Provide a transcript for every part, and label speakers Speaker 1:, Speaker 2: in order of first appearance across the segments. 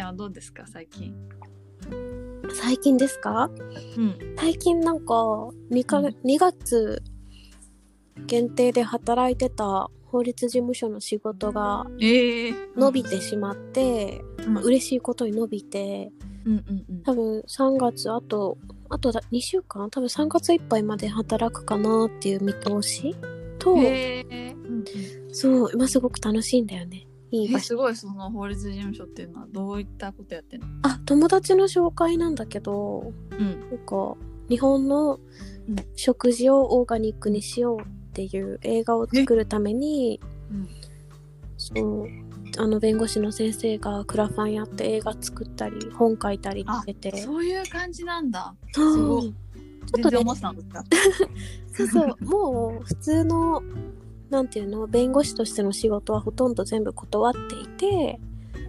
Speaker 1: ゃんはどうですか最近
Speaker 2: 最近ですか
Speaker 1: うん
Speaker 2: 最近なんか 2, か、
Speaker 1: うん
Speaker 2: 2月限定で働いてた法律事務所の仕事が
Speaker 1: ええ
Speaker 2: 伸びてしまって、
Speaker 1: うんうん
Speaker 2: 嬉しいことに伸びて
Speaker 1: うんうん
Speaker 2: 多分3月あとあとだ2週間多分3月いっぱいまで働くかなっていう見通しと、
Speaker 1: へえうんうん
Speaker 2: そう今すごく楽しいんだよねいい
Speaker 1: え
Speaker 2: 場所
Speaker 1: すごいその法律事務所っていうのはどういったことやってんの
Speaker 2: あ友達の紹介なんだけど
Speaker 1: うん
Speaker 2: なんか日本の
Speaker 1: うん
Speaker 2: 食事をオーガニックにしようっていう映画を作るために
Speaker 1: うん
Speaker 2: そうあの弁護士の先生がクラファンやって映画作ったり本書いたりしてて
Speaker 1: そういう感じなんだ
Speaker 2: うん
Speaker 1: すごい
Speaker 2: ちょっ
Speaker 1: 全
Speaker 2: と
Speaker 1: 然
Speaker 2: ね
Speaker 1: 思ってたんですか
Speaker 2: そうそうもう普通のなんていうの弁護士としての仕事はほとんど全部断ってい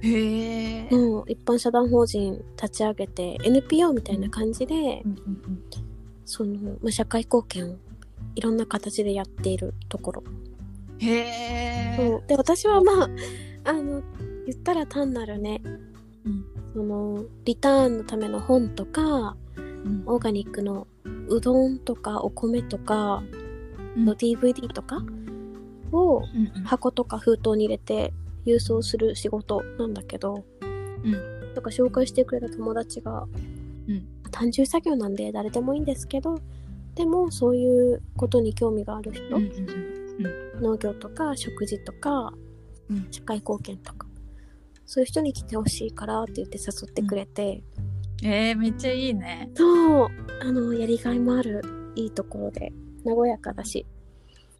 Speaker 2: て
Speaker 1: へえ
Speaker 2: もう一般社団法人立ち上げて NPO みたいな感じで
Speaker 1: うんうん
Speaker 2: そのまあ社会貢献をいろんな形でやっているところ。
Speaker 1: うんへえ
Speaker 2: そうで私はまああの言ったら単なるね、
Speaker 1: うん
Speaker 2: そのリターンのための本とか
Speaker 1: うん
Speaker 2: オーガニックのうどんとかお米とか
Speaker 1: うん
Speaker 2: の DVD とかを
Speaker 1: うんうん
Speaker 2: 箱とか封筒に入れて郵送する仕事なんだけど、
Speaker 1: うん
Speaker 2: なんか紹介してくれた友達が、
Speaker 1: うん
Speaker 2: 単純作業なんで誰でもいいんですけどでもそういうことに興味がある人、
Speaker 1: うんうんうん
Speaker 2: 農業とか食事とか、
Speaker 1: うん
Speaker 2: 社会貢献とかそういう人に来てほしいからって言って誘ってくれて、
Speaker 1: えー、めっちゃいいね
Speaker 2: そうあのやりがいもあるいいところで和やかだし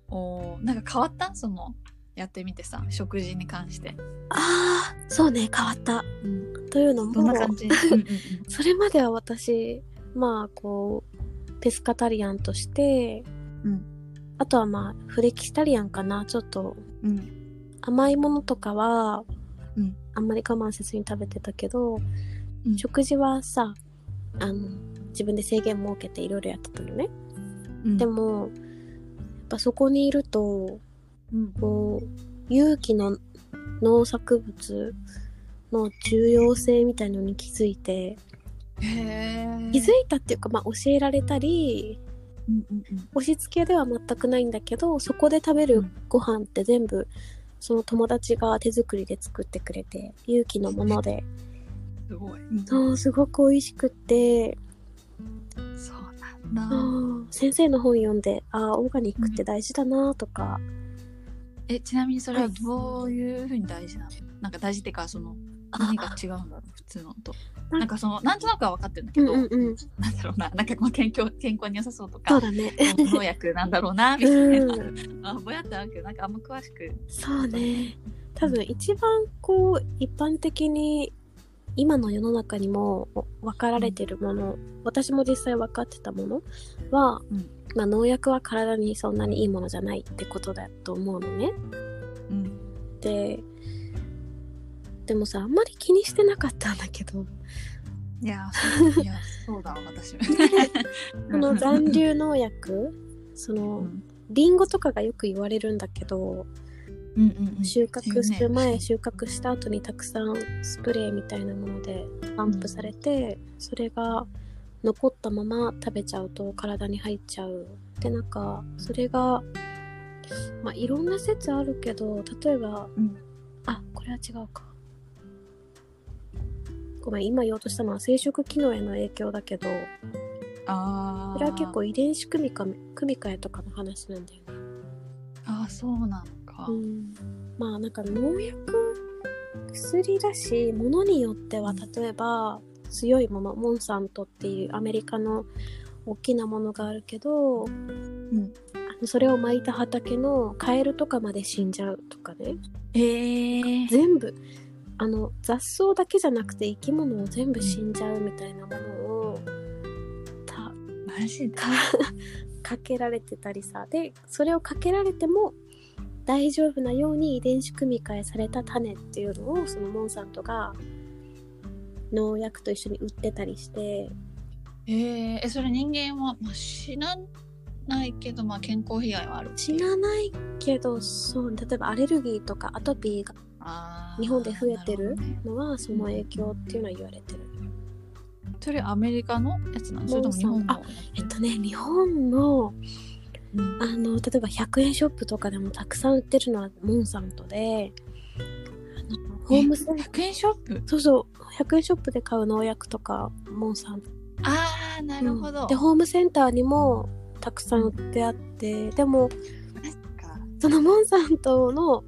Speaker 1: おーなんか変わったそのやってみてさ食事に関して、
Speaker 2: ああそうね変わった
Speaker 1: うん、
Speaker 2: というのも
Speaker 1: どんな感じ、うんうんうん
Speaker 2: それまでは私まあこうペスカタリアンとして、
Speaker 1: うん
Speaker 2: あとはまあフレキシタリアンかなちょっと
Speaker 1: うん
Speaker 2: 甘いものとかは、
Speaker 1: うん
Speaker 2: あんまり我慢せずに食べてたけど、
Speaker 1: うん
Speaker 2: 食事はさあの自分で制限設けていろいろやってたのね、
Speaker 1: うん、
Speaker 2: でもやっぱそこにいると
Speaker 1: うん、
Speaker 2: こう有機の農作物の重要性みたいのに気づいて
Speaker 1: へー
Speaker 2: 気づいたっていうか、まあ、教えられたり
Speaker 1: うんうんうん
Speaker 2: 押し付けでは全くないんだけどそこで食べるご飯って全部その友達が手作りで作ってくれて勇気のものです
Speaker 1: ごい、うん
Speaker 2: そうすごく美味しくって
Speaker 1: そうなんだ、
Speaker 2: あー先生の本読んであーオーガニックって大事だなとか、
Speaker 1: えちなみにそれは
Speaker 2: はい
Speaker 1: どういうふうに大事なの、なんか大事ってかその何が違うんだろう普通のと
Speaker 2: なん
Speaker 1: なんかそのなんとなくは分かってるんだ
Speaker 2: う
Speaker 1: け
Speaker 2: ん
Speaker 1: ど、
Speaker 2: うんうん
Speaker 1: なんだろうななんかまあ健康健康に良さそうと
Speaker 2: そ
Speaker 1: か
Speaker 2: うだね
Speaker 1: 農薬なんだろうなみた
Speaker 2: う
Speaker 1: いな、
Speaker 2: ん
Speaker 1: あぼやってあるけどなんかあんま詳しく
Speaker 2: そうね多分一番こう一般的に今の世の中にも分かられてるもの私も実際分かってたものは、
Speaker 1: うん
Speaker 2: まあ、農薬は体にそんなにいいものじゃないってことだと思うのね。
Speaker 1: うん
Speaker 2: ででもさあんまり気にしてなかったんだけ ど
Speaker 1: いやそういやそうだわ私も
Speaker 2: この残留農薬そ
Speaker 1: うん
Speaker 2: のリンゴとかがよく言われるんだけど
Speaker 1: うんうんうん
Speaker 2: 収穫する前
Speaker 1: ね
Speaker 2: 収穫した後にたくさんスプレーみたいなもので散布されて、それが残ったまま食べちゃうと体に入っちゃうでなんかそれが、まあ、いろんな説あるけど例えば、
Speaker 1: うん
Speaker 2: あこれは違うかごめん今言おうとしたのは生殖機能への影響だけど
Speaker 1: あ
Speaker 2: それは結構
Speaker 1: い
Speaker 2: 遺伝子組みか組み換えとかの話なんだよね
Speaker 1: あーそうなのか、
Speaker 2: うん、まあなんか農薬薬だしものによっては例えば強いものモンサントっていうアメリカの大きなものがあるけ
Speaker 1: ん
Speaker 2: ど、あのそれを巻いた畑のカエルとかまで死んじゃうとかね
Speaker 1: えー、
Speaker 2: 全部あの雑草だけじゃなくて生き物も全部死んじゃうみたいなものをた
Speaker 1: マジで
Speaker 2: かかけられてたりさでそれをかけられても大丈夫なように遺伝子組み換えされた種っていうのをそのモンサントが農薬と一緒に売ってたりして
Speaker 1: えー、えそれ人間は、まあ、死なないけど、まあ、健康被害はある
Speaker 2: 死なないけどそう例えばアレルギーとかアトピーが
Speaker 1: あー
Speaker 2: 日本で増えてる
Speaker 1: なほどね
Speaker 2: のはその影響っていうのは言われてる。
Speaker 1: それアメリカのやつなのそれとも日本の
Speaker 2: あえっとね日本の
Speaker 1: うん
Speaker 2: あの例えば100円ショップとかでもたくさん売ってるのはモンサントであのホームセンター
Speaker 1: 100円ショップ
Speaker 2: そうそう100円ショップで買う農薬とかモンサント
Speaker 1: ああなるほど、
Speaker 2: でホームセンターにもたくさん売ってあってでも
Speaker 1: マジか
Speaker 2: そのモンサントの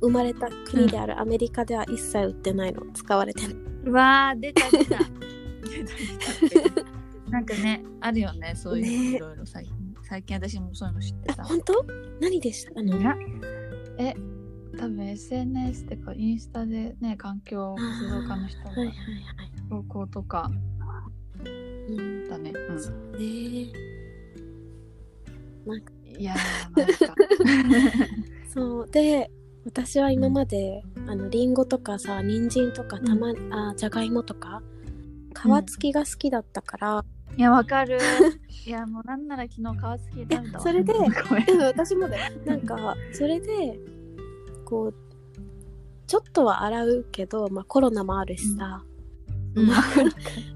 Speaker 2: 生まれた国であるアメリカでは一切売ってないの使われてないう
Speaker 1: わー出た出た出た出た出たなんかねあるよねそういうの
Speaker 2: ね
Speaker 1: いろいろ最近最近私もそういうの知って
Speaker 2: あ
Speaker 1: た
Speaker 2: 本当何でしたの
Speaker 1: いやえ多分 SNS ってかインスタでね環境活動家の人が
Speaker 2: はいはいはい、
Speaker 1: 投稿とか
Speaker 2: うん、ね
Speaker 1: だね、う
Speaker 2: なんか
Speaker 1: ん、いやーなん か
Speaker 2: そうで私は今まで、あのリンゴとかさ人参とかたま、あじゃがいもとか皮付きが好きだったから、
Speaker 1: いやわか るいやもうなんなら昨日皮付きで食べたわ
Speaker 2: それで
Speaker 1: ごめん
Speaker 2: でも私もだよなんかそれでこうちょっとは洗うけど、まあ、コロナもあるしさ、
Speaker 1: うん
Speaker 2: まあ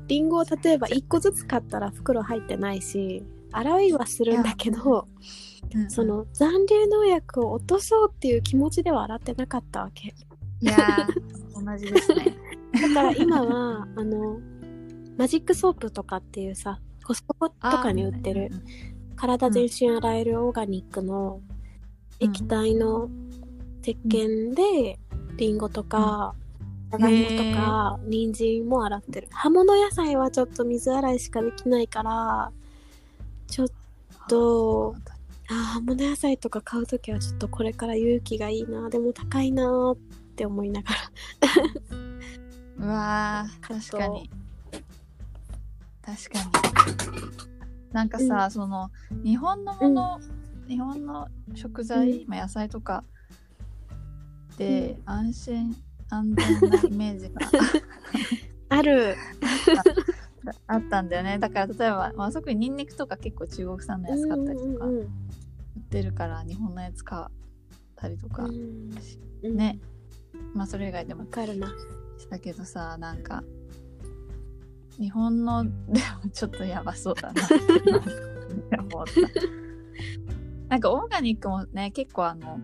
Speaker 2: リンゴを例えば1個ずつ買ったら袋入ってないし洗いはするんだけど
Speaker 1: うん
Speaker 2: その残留農薬を落とそうっていう気持ちでは洗ってなかったわけ
Speaker 1: いやー同じです ね
Speaker 2: だから今はあのマジックソープとかっていうさコストコと
Speaker 1: あー
Speaker 2: かに売ってる
Speaker 1: うんうん
Speaker 2: 体全身洗えるオーガニックの
Speaker 1: うん
Speaker 2: 液体の石鹸でリンゴとかじゃがいもとか人参も洗ってる葉物野菜はちょっと水洗いしかできないからちょっとあー葉物野菜とか買うときはちょっとこれから勇気がいいなでも高いなーって思いながら
Speaker 1: うわー
Speaker 2: カット
Speaker 1: 確かに確かになんかさ、その日本のもの、日本の食材、
Speaker 2: う
Speaker 1: まあ野菜とかで安心安全なイメージが
Speaker 2: ある
Speaker 1: あったんだよねだから例えば、まあ、特にニンニクとか結構中国産の安かったりとか
Speaker 2: うん
Speaker 1: 売
Speaker 2: うん
Speaker 1: ってるから日本のやつ買ったりとか、
Speaker 2: うんうん
Speaker 1: ねまあそれ以外でも
Speaker 2: わかるな
Speaker 1: したけどさなんか日本のでもちょっとやばそうだなって思ったなんかオーガニックもね結構あの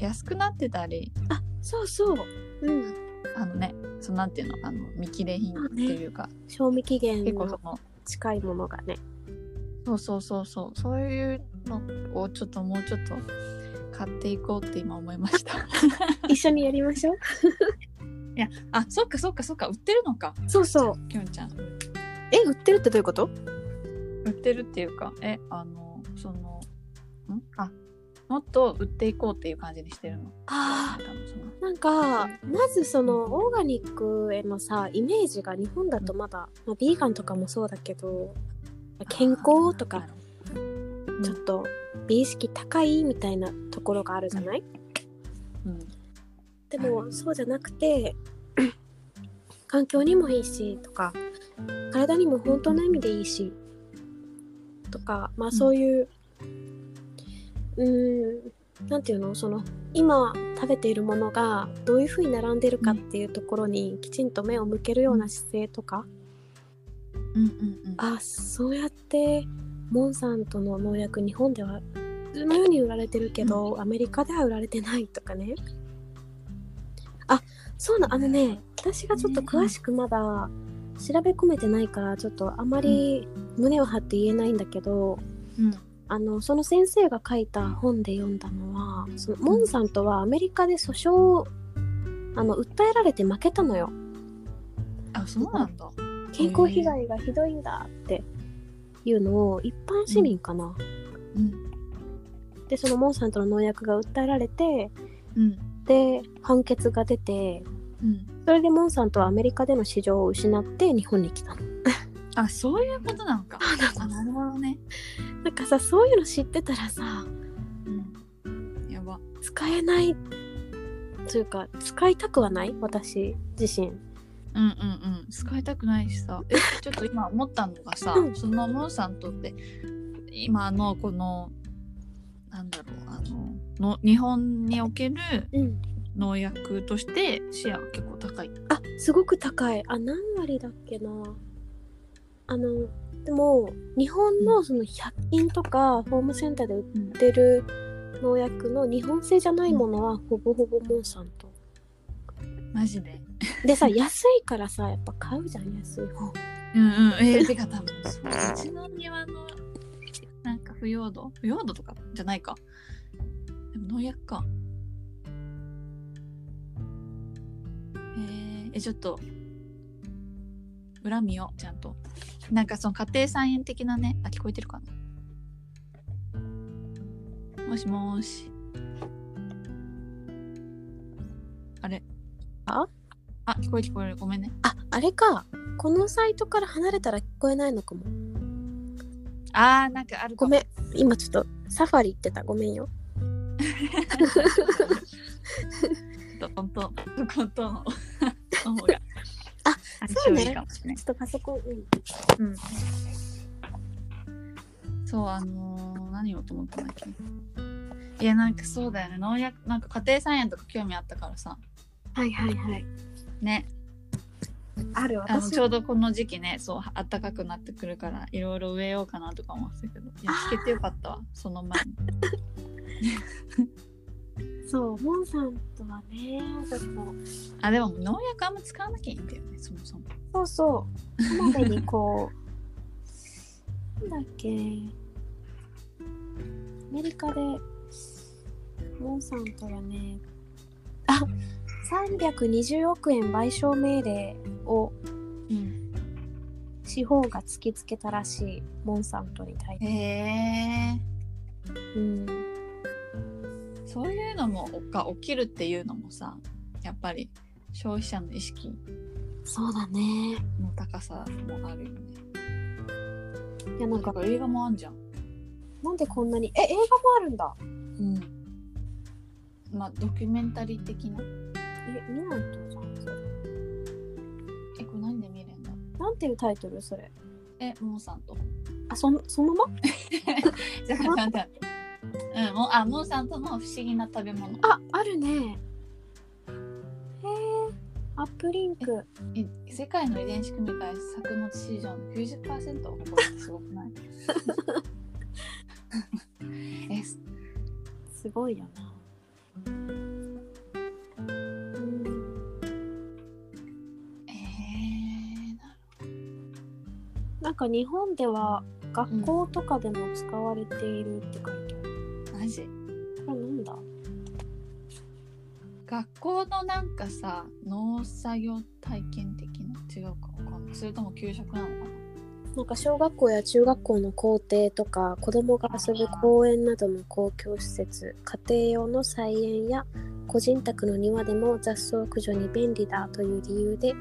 Speaker 1: 安くなってたり
Speaker 2: あそうそううん
Speaker 1: あのねそのなんていうのあの見切れ品っていうか、
Speaker 2: 賞味期限
Speaker 1: 結構そ
Speaker 2: の
Speaker 1: の
Speaker 2: 近いものがね
Speaker 1: そうそうそうそうそういうのをちょっともうちょっと買っていこうって今思いました
Speaker 2: 一緒にやりましょう
Speaker 1: あそっかそっかそっか売ってるのか
Speaker 2: そうそう
Speaker 1: きょんちゃん
Speaker 2: え売ってるってどういうこと
Speaker 1: 売ってるっていうかえあのそのんあもっと売っていこうっていう感じにしてるの
Speaker 2: あ
Speaker 1: 多分その
Speaker 2: なんかまずそのオーガニックへのさイメージが日本だとまだ、まあ、ビーガンとかもそうだけど健
Speaker 1: あ
Speaker 2: 康と
Speaker 1: ー
Speaker 2: か
Speaker 1: なるほ
Speaker 2: ちょっと美意識高いみたいなところがあるじゃない、
Speaker 1: どうん
Speaker 2: でもそうじゃなくて 環境にもいいしとか体にも本当の意味でいいしとかまあそういううーんなんていうのその今食べているものがどういうふうに並んでるかっていうところにきちんと目を向けるような姿勢とか
Speaker 1: うんうんうん
Speaker 2: あそうやってモンサントの農薬日本では普通のように売られてるけど、アメリカでは売られてないとかねあそうなあのね私がちょっと詳しくまだ調べ込めてないからちょっとあまり胸を張って言えないんだけど
Speaker 1: うん
Speaker 2: あのその先生が書いた本で読んだのはそのモンサントはアメリカで訴訟をあの訴えられて負けたのよ
Speaker 1: あそうなんだ
Speaker 2: 健康被害がひどいんだっていうのを一般市民かな、
Speaker 1: うん
Speaker 2: でそのモンサントの農薬が訴えられて
Speaker 1: うん
Speaker 2: で判決が出て
Speaker 1: うん
Speaker 2: それでモンサントはアメリカでの市場を失って日本に来たの
Speaker 1: あそういうことなのかあなるほどね
Speaker 2: なんかさそういうの知ってたらさ
Speaker 1: うんやば
Speaker 2: 使えないというか使いたくはない私自身
Speaker 1: うんうんうん使いたくないしさえちょっと今思ったのがさ、
Speaker 2: うん
Speaker 1: そのモンさんとって今のこのなんだろうあのの日本における
Speaker 2: うん
Speaker 1: 農薬としてシェアが結構高い。
Speaker 2: あすごく高いあ何割だっけなあのでも日本のその100均とかホームセンターで売ってる農薬の日本製じゃないものはほぼほぼモンサント
Speaker 1: マジで。
Speaker 2: でさ安いからさやっぱ買うじゃん安い方
Speaker 1: うんうん。え ー、てか多分そううちの庭のなんか腐葉土腐葉土とかじゃないか。でも農薬か。えー、えちょっと恨みをちゃんと。なんかその家庭菜園的なねあ聞こえてるかな。もしもーし。あれ
Speaker 2: あ
Speaker 1: あ聞こえる聞こえるごめんね。
Speaker 2: ああれかこのサイトから離れたら聞こえないのかも
Speaker 1: あーなんかあるかも
Speaker 2: ごめん今ちょっとサファリ行ってたごめんよ
Speaker 1: トントンコントンの方が
Speaker 2: あそう
Speaker 1: 相性
Speaker 2: ね
Speaker 1: いいかもしれない
Speaker 2: ちょっとパソコン、うん、
Speaker 1: そうあのー、何をと思ったんだっけいやなんかそうだよね農薬なんか家庭菜園とか興味あったからさ
Speaker 2: はいはいはい
Speaker 1: ね
Speaker 2: ある
Speaker 1: あの
Speaker 2: 私
Speaker 1: ちょうどこの時期ねそうあったかくなってくるからいろいろ植えようかなとか思ってたけどいや聞けてよかったわその前に
Speaker 2: そうモンさんとはねちょっと
Speaker 1: あでも農薬あんま使わなきゃいいんだよねそもそも
Speaker 2: そうそう。こまでにこ う、なんだっけ、アメリカで、モンサントがね、あ320億円賠償命令を
Speaker 1: うん
Speaker 2: 司法が突きつけたらしい、モンサントに対して。
Speaker 1: へえ
Speaker 2: うん、
Speaker 1: そういうのもが起きるっていうのもさやっぱり消費者の意識
Speaker 2: そうだね。い
Speaker 1: の高さもあるよね。
Speaker 2: や、なん
Speaker 1: なん
Speaker 2: か、
Speaker 1: か映画もあんじゃん。
Speaker 2: なんでこんなに、え、映画もあるんだ。
Speaker 1: うん。まあドキュメンタリー的な。
Speaker 2: え、見ないとじゃん、それ。
Speaker 1: え、これ何で見れんだ
Speaker 2: なんていうタイトル、それ。
Speaker 1: え、ももさん と。
Speaker 2: あ、そんそのまま
Speaker 1: じゃあ、なんか。うん、もあ、ももさんとの不思議な食べ物。
Speaker 2: あ、あるね。へえ。アップリンク。
Speaker 1: え世界の遺伝子組み換え作物市場の90%を誇るってすごく ない え、す
Speaker 2: すごいよな。うん
Speaker 1: えー、な
Speaker 2: なんか日本では学校とかでも使われているって書いてある。
Speaker 1: マジ
Speaker 2: これなんだ
Speaker 1: 学校のなんかさ農作業体験的な違うかわかんないそれとも給食なのかな
Speaker 2: なんか小学校や中学校の校庭とか子供が遊ぶ公園などの公共施設家庭用の菜園や個人宅の庭でも雑草駆除に便利だという理由で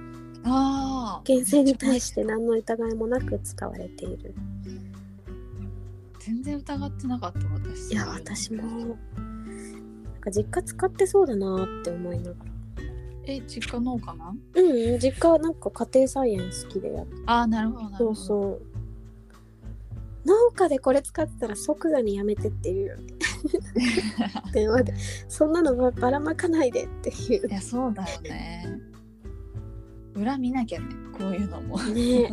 Speaker 1: ああ
Speaker 2: 厳正に対して何の疑いもなく使われている。
Speaker 1: 全然疑ってなかった私
Speaker 2: いや私もなんか実家使ってそうだなって思いながら
Speaker 1: え実家農家なん
Speaker 2: うんうん実家はなんか家庭菜園好きでやって
Speaker 1: ああなるほどなるほ
Speaker 2: そう
Speaker 1: どう
Speaker 2: そう農家でこれ使ってたら即座にやめてっていうよね電話でそんなのばばらまかないでっていう
Speaker 1: いやそうだよね裏見なきゃねこういうのも
Speaker 2: ね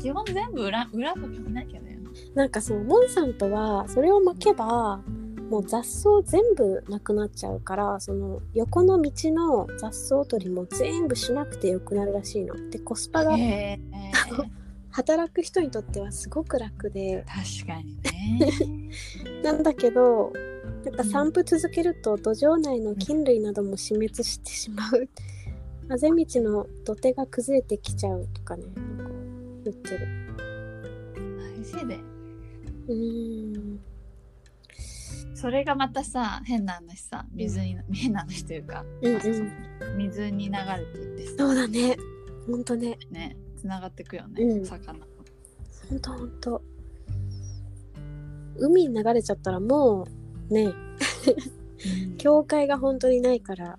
Speaker 1: 基本全部裏裏とか見なきゃだよね
Speaker 2: なんかそうモンさんとはそれを巻けばもう雑草全部なくなっちゃうからその横の道の雑草取りも全部しなくてよくなるらしいのでコスパが
Speaker 1: へえ
Speaker 2: 働く人にとってはすごく楽で
Speaker 1: 確かに ね
Speaker 2: なんだけどやっぱ散布続けると土壌内の菌類なども死滅してしまうあぜ道の土手が崩れてきちゃうとかねなんか言ってる
Speaker 1: マジで
Speaker 2: うーん
Speaker 1: それがまたさ変な話さ水に、変な 話というか、
Speaker 2: うん
Speaker 1: まあその
Speaker 2: うん
Speaker 1: 水に流れていって
Speaker 2: そう
Speaker 1: さ
Speaker 2: だねほんとね
Speaker 1: ねつながってくよね、
Speaker 2: うん
Speaker 1: 魚も
Speaker 2: ほんとほんと海に流れちゃったらもうね境界が本当にないから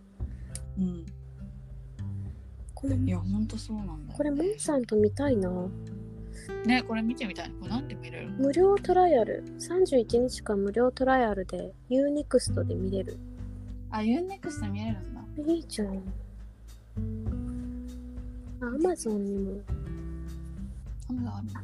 Speaker 1: うん、
Speaker 2: この
Speaker 1: いやほんとそうなんだよ
Speaker 2: これモンさんと見たいな
Speaker 1: ねこれ見てみたいこれなんで見れるの
Speaker 2: 無料トライアル31日間無料トライアルで UNEXT で見れる
Speaker 1: あ、ユーネクスト見れるんだ。
Speaker 2: いいじゃん。アマゾンにも
Speaker 1: そんなのあるんだ